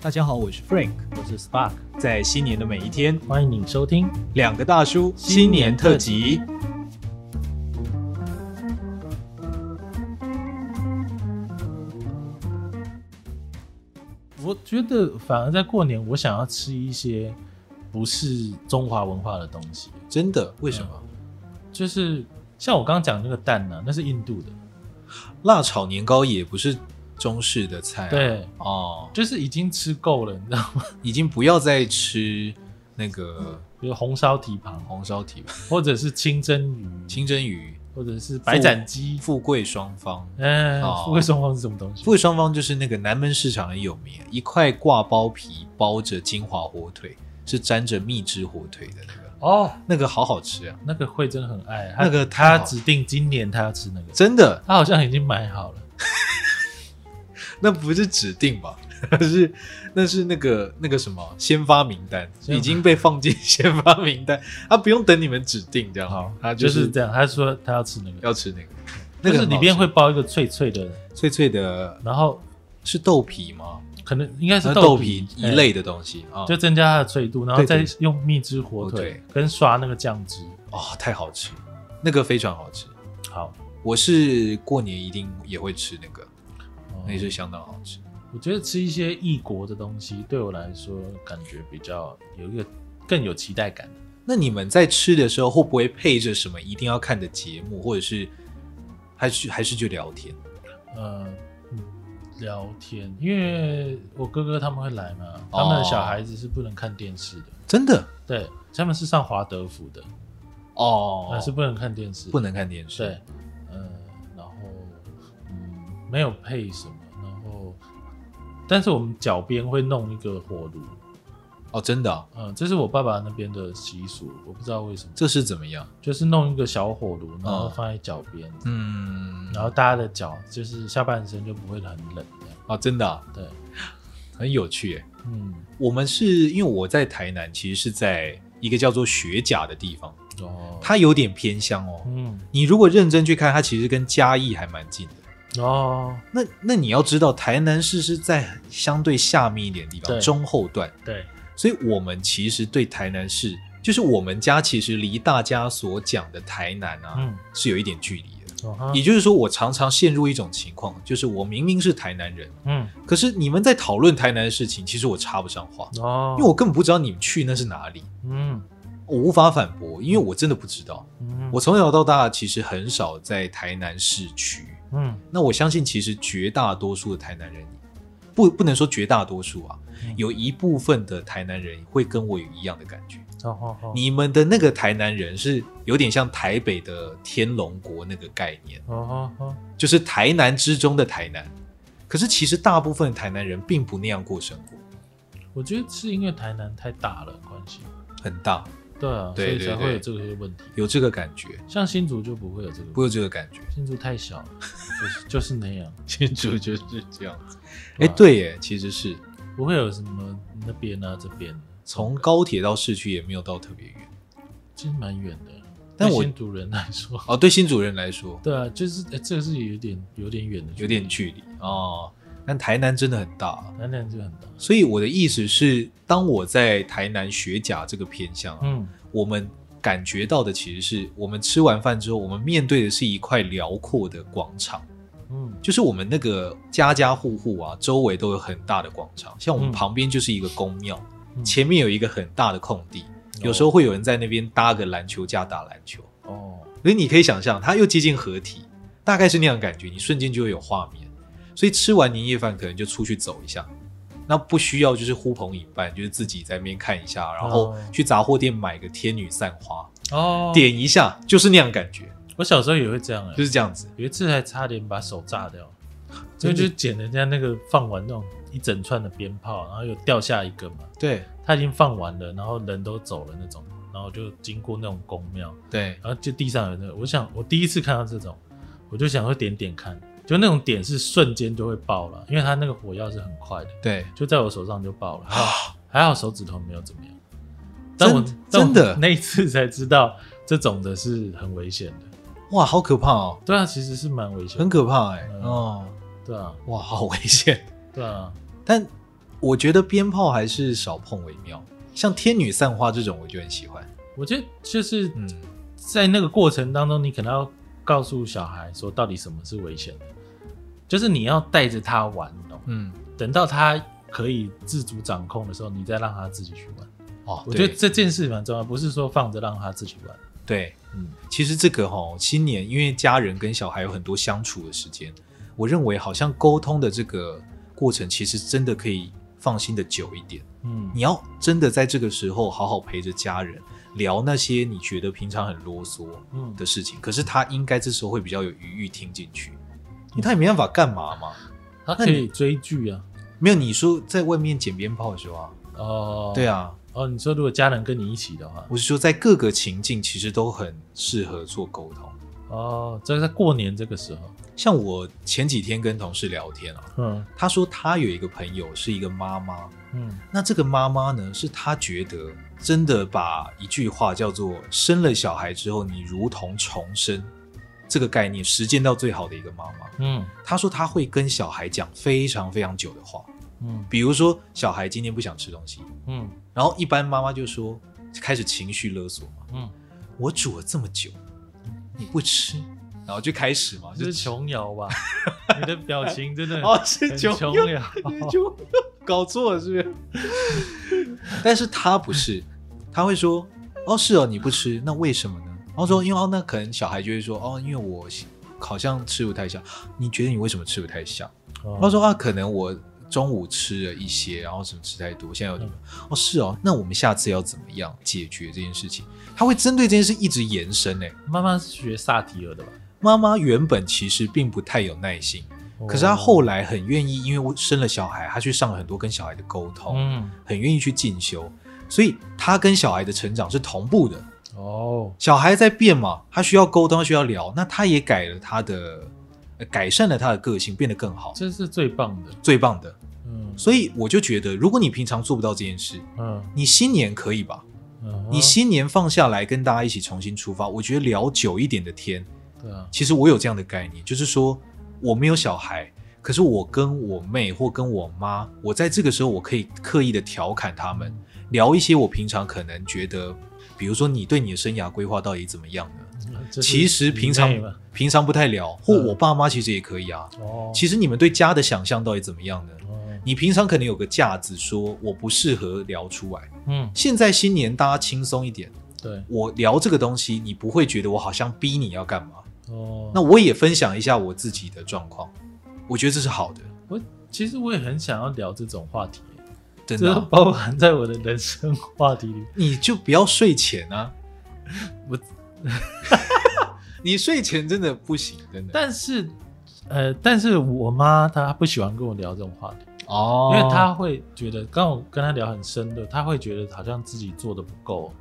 大家好，我是 Frank，我是 Spark，在新年的每一天，欢迎你收听。两个大叔新新年年特特辑辑。我觉得反而在过年，我想要吃一些不是中华文化的东西，真的？为什么？就是像我刚刚讲那个蛋呢、啊那是印度的，辣炒年糕也不是中式的菜、啊。对，哦，就是已经吃够了，你知道吗？ 已经不要再吃那个比如红烧蹄膀，红烧蹄膀、或者是清蒸鱼，清蒸鱼、或者是白斩鸡。富贵双方。嗯哦，富贵双方是什么东西？富贵双方就是那个南门市场很有名，一块挂包皮包着金华火腿，是沾着蜜汁火腿的那个，哦，那个好好吃啊！那个慧真很爱，那个太好他了指定今年他要吃那个，真的，他好像已经买好了。那不是指定吧？是，那是那个那个什么先发名单，先发已经被放 进先发名单，他不用等你们指定这样，好，他就是是这样。他说他要吃那个，要吃那个，那那个很个好里面吃会包一个脆脆的，脆脆的，然后是豆皮吗？可能应该是那豆皮哎皮一，类的东西啊哎，就增加它的脆度，然后对对哦再用蜜汁火火腿腿跟刷那个酱汁。哦，太好吃，那个非常好吃，好，我是过年一定也会吃那个，哦那是相当好吃。我觉得吃一些异国的东西对我来说感觉比较有一个更有期待感。那你们在吃的时候会不会配着什么一定要看的节目，或者是还是还是就聊天？呃，嗯聊天，因为我哥哥他们会来嘛，他们哦的小孩子是不能看电视的，真的对，他们是上华德福的，哦，呃，是不能看电视的，不能看电视。对，呃，然后嗯，没有配什么，然后但是我们脚边会弄一个火炉，哦，真的啊、嗯、这是我爸爸那边的习俗，我不知道为什么，这是怎么样？就是弄一个小火炉，然后嗯放在脚边，嗯，然后大家的脚就是下半身就不会很冷这样，啊，真的啊、对，很有趣耶。嗯，我们是因为我在台南，其实是在一个叫做学甲的地方，哦，它有点偏乡哦。嗯，你如果认真去看，它其实跟嘉义还蛮近的。哦，那那你要知道，台南市是在相对下面一点的地方，对中后段，对，所以我们其实对台南市，就是我们家其实离大家所讲的台南啊，嗯，是有一点距离的。哦哈也，就是说，我常常陷入一种情况，就是我明明是台南人，嗯，可是你们在讨论台南的事情，其实我插不上话，哦，因为我根本不知道你们去那是哪里，嗯我无法反驳，因为我真的不知道。嗯，我从小到大其实很少在台南市区，嗯那我相信其实绝大多数的台南人，不不能说绝大多数啊，嗯有一部分的台南人会跟我有一样的感觉。哦好好，你们的那个台南人是有点像台北的天龙国那个概念。哦好好，就是台南之中的台南。可是其实大部分台南人并不那样过生活，我觉得是因为台南太大了关系。很大对啊，对对所以才对会有这些问题。有这个感觉，像新竹就不会有这个不问会题，有这个感觉。新竹太小了，就是 就是那样，建筑就是这样子。哎、对吧对耶，其实是不会有什么那边啊这边，从高铁到市区也没有到特别远。其实蛮远的。但对我新竹人来说， 哦，对新主人来说对啊，就是哎、这个是有点有点远的距离，有点距离哦，但台南真的很大啊、南南就很大。所以我的意思是，当我在台南学甲这个偏向、啊，嗯，我们感觉到的其实是我们吃完饭之后，我们面对的是一块辽阔的广场。嗯就是我们那个家家户户啊，周围都有很大的广场，像我们嗯旁边就是一个公庙，嗯，前面有一个很大的空地，有时候会有人在那边搭个篮球架打篮球，哦，所以你可以想象，它又接近合体，大概是那样的感觉，你瞬间就会有画面。所以吃完年夜饭可能就出去走一下，那不需要就是呼朋引伴，就是自己在那边看一下，然后哦去杂货店买个天女散花，哦，点一下，就是那样的感觉，我小时候也会这样哎、就是这样子。有一次还差点把手炸 掉，真就的就捡人家那个放完那种一整串的鞭炮，然后有掉下一个嘛，对他已经放完了，然后人都走了那种，然后就经过那种宫庙，对，然后就地上有那个，我想我第一次看到这种，我就想说点点看，就那种点是瞬间就会爆了，因为它那个火药是很快的，对，啊就在我手上就爆了，还好还好手指头没有怎么样，但我真但我真的那一次才知道这种的是很危险的，哇，好可怕哦。对啊，其实是蛮危险很的，可怕哎、嗯哦，对啊，哇，好危险！对啊，但我觉得鞭炮还是少碰为妙。像天女散花这种，我就很喜欢。我觉得就是嗯，在那个过程当中，你可能要告诉小孩说，到底什么是危险的，就是你要带着他玩，你懂吗？嗯，等到他可以自主掌控的时候，你再让他自己去玩。哦，我觉得对这件事蛮重要，不是说放着让他自己玩。对，嗯，其实这个哈、新年因为家人跟小孩有很多相处的时间，我认为好像沟通的这个过程，其实真的可以放心的久一点。嗯你要真的在这个时候好好陪着家人聊那些你觉得平常很啰嗦嗯的事情，可是他应该这时候会比较有余裕听进去，因为他也没办法干嘛嘛。他那可你以追剧啊。没有你说在外面捡鞭炮的时候啊，哦，对啊。啊，哦，你说如果家人跟你一起的话，我是说在各个情境其实都很适合做沟通。哦，这是在过年这个时候。像我前几天跟同事聊天啊，嗯他说他有一个朋友是一个妈妈，嗯那这个妈妈呢，是他觉得真的把一句话叫做“生了小孩之后，你如同重生”这个概念实践到最好的一个妈妈。嗯他说他会跟小孩讲非常非常久的话，嗯比如说小孩今天不想吃东西，嗯然后一般妈妈就说开始情绪勒索嘛， 嗯，我煮了这么久，你不吃，然后就开始嘛，这就是琼 瑶吧？你的表情真的哦是很琼琼瑶瑶。 就搞错了是不 是？但是他不是，他会说：“哦，是哦，你不吃，那为什么呢？”然后说：“因为哦，那可能小孩就会说：‘哦，因为我好像吃不太下。’你觉得你为什么吃不太下？”然后他说：“啊，可能我中午吃了一些，然后什么吃太多，现在有点……哦，是哦，那我们下次要怎么样解决这件事情？”他会针对这件事一直延伸。哎，妈妈是学萨提尔的吧？妈妈原本其实并不太有耐心。哦可是他后来很愿意，因为我生了小孩，他去上了很多跟小孩的沟哦通，嗯很愿意去进修，所以他跟小孩的成长是同步的。哦小孩在变嘛，他需要沟通，他需要聊，那他也改了他的，呃改善了他的个性，变得更好，这是最棒的，最棒的。嗯所以我就觉得，如果你平常做不到这件事，嗯你新年可以吧？嗯，你新年放下来跟大家一起重新出发，我觉得聊久一点的天，对啊，其实我有这样的概念，就是说我没有小孩，可是我跟我妹或跟我妈，我在这个时候我可以刻意的调侃他们，聊一些我平常可能觉得，比如说你对你的生涯规划到底怎么样呢？这是其实平常你妹嘛平常不太聊，或嗯我爸妈其实也可以啊。哦，其实你们对家的想象到底怎么样呢？哦你平常可能有个架子，说我不适合聊出来。嗯现在新年大家轻松一点，对我聊这个东西，你不会觉得我好像逼你要干嘛。哦，那我也分享一下我自己的状况，我觉得这是好的，我其实我也很想要聊这种话题，真这的是啊、包含在我的人生话题里。 你就不要睡前 啊，我， 你睡前真的不行，真的。但是，呃，但是我妈她不喜欢跟我聊这种话题，哦因为她会觉得，刚我跟她聊很深的，她会觉得好像自己做的不够，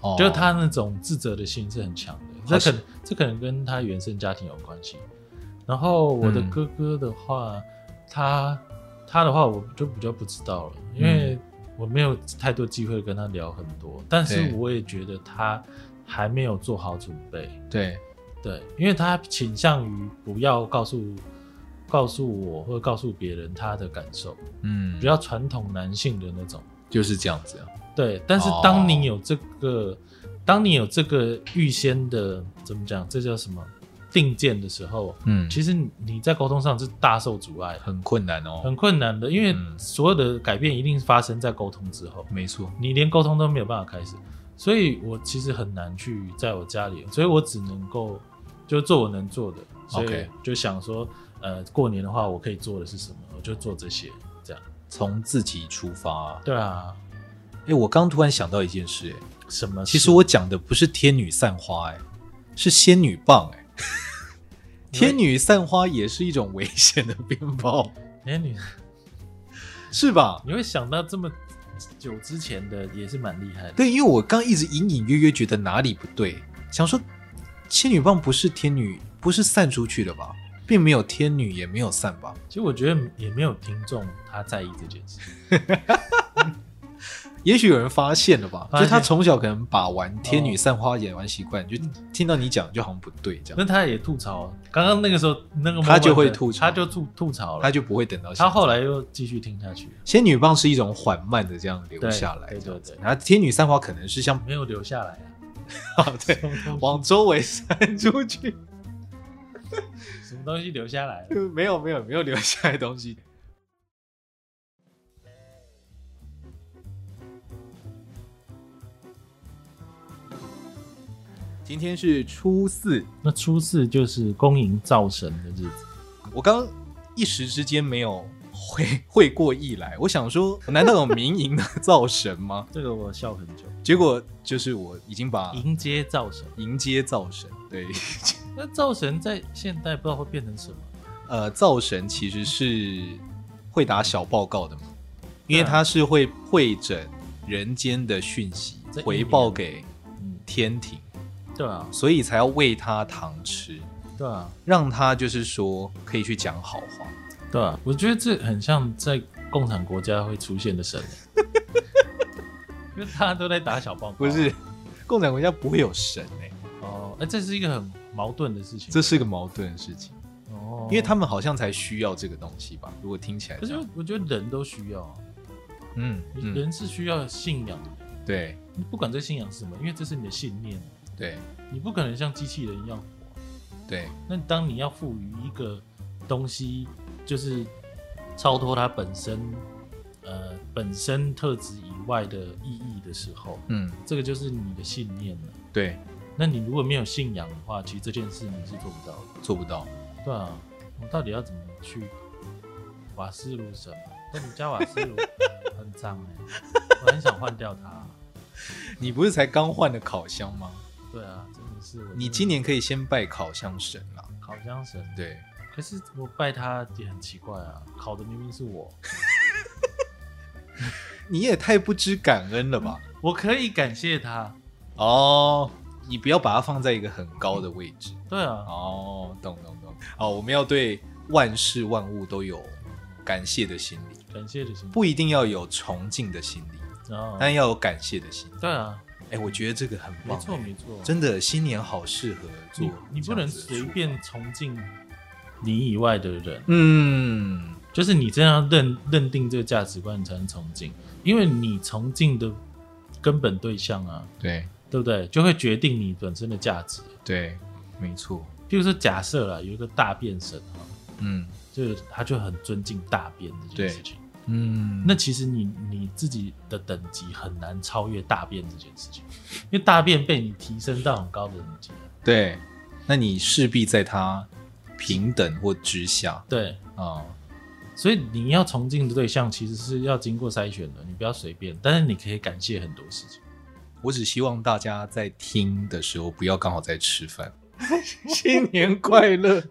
哦就是她那种自责的心是很强的。好这可像能这可能跟她原生家庭有关系。然后我的嗯哥哥的话，他他的话我就比较不知道了，因为嗯我没有太多机会跟他聊很多，但是对我也觉得他还没有做好准备。对，对，因为他倾向于不要告诉告诉我或者告诉别人他的感受，嗯，比较传统男性的那种。就是这样子啊。对，但是哦当你有这个，当你有这个预先的怎么讲，这叫什么定见的时候，嗯，其其实实你你在沟通上是大受阻碍的，很困难哦。很困难的，因为嗯所有的改变一定发生在沟通之后。没错，你连沟通都没有办法开始，所以我其实很难去在我家里，所以我只能够就做我能做的，所以 OK 就想说，呃，过年的话我可以做的是什么，我就做这些，这样。从自己出发、啊。对啊，哎，我刚突然想到一件事，哎，什么事？其实我讲的不是天女散花，哎，是仙女 棒，哎。天女散花也是一种危险的鞭炮，哎、你是吧？你会想到这么久之前的也是蛮厉害的。对，因为我刚一直隐隐约约觉得哪里不对，想说仙女棒不是天女，不是散出去的吧？并没有天女，也没有散吧？其实我觉得也没有听众他在意这件事，也许有人发现了吧？发就现哦他从小可能把玩《天女散花》也玩习惯，就听到你讲就好像不对这样，那他也吐槽，刚刚那个时候那个他就 moment，会吐槽他就吐吐槽了，他就不会等到现他在。后来又继续听下去，仙女棒是一种缓慢的这样流对下来对这样对子，对，然后天女散花可能是像 没有留下来啊，对什么东西往周围散出去，什么东西留下来了？没有没有没有留下来的东西。今天是初四，那初四就是恭迎灶神的日子，我刚一时之间没有回会过意来，我想说，难道有民营的灶神吗？这个我笑很久。结果就是我已经 把迎接灶神，迎接灶神，对，那灶神在现代不知道会变成什么，呃，灶神其实是会打小报告的嘛，因为嗯他是会会诊人间的讯息这一，回年报给嗯，天庭，对啊，所以才要喂他糖吃，对啊，让他就是说可以去讲好话。对啊，我觉得这很像在共产国家会出现的 神，因为大家都在打小报告，不是，共产国家不会有神哎、哦，哎、这是一个很矛盾的事情，这是个矛盾的事情。哦，因为他们好像才需要这个东西吧？如果听起来可这是样，我觉得人都需要啊，嗯嗯，人是需要信仰的，对你不管这信仰是什么，因为这是你的信念，对你不可能像机器人一样活。对，那当你要赋予一个东西，就是超脱它本身呃本身特质以外的意义的时候，嗯这个就是你的信念了。对，那你如果没有信仰的话，其实这件事你是做不到的。做不到。对啊，我们到底要怎么去瓦斯炉神？但你家瓦斯炉很脏 哎、我很想换掉它。你不是才刚换的烤箱吗？对啊，真的是我你今年可以先拜烤箱神啦。烤箱神，对，可是我拜他也很奇怪啊，烤的明明是我，你也太不知感恩了吧？我可以感谢他。哦，你不要把它放在一个很高的位置。对啊，哦，懂懂懂。好，我们要对万事万物都有感谢的心理，感谢的心。不一定要有崇敬的心理，然后，但要有感谢的心。对啊，哎，我觉得这个很棒。欸没错没错，真的，新年好适合做你你不这能样子的随书便崇敬你以外的人，嗯，就是你真的要认认定这个价值观，你才能崇敬，因为你崇敬的根本对象啊，对对不对？就会决定你本身的价值。对，没错，譬如说，假设啦，有一个大便神啊，嗯就是他就很尊敬大便这件事情。嗯，那其实你你自己的等级很难超越大便这件事情，因为大便被你提升到很高的等级了。对，那你势必在他平等或之下对，啊、所以你要崇敬的对象其实是要经过筛选的，你不要随便。但是你可以感谢很多事情。我只希望大家在听的时候不要刚好在吃饭。新年快乐！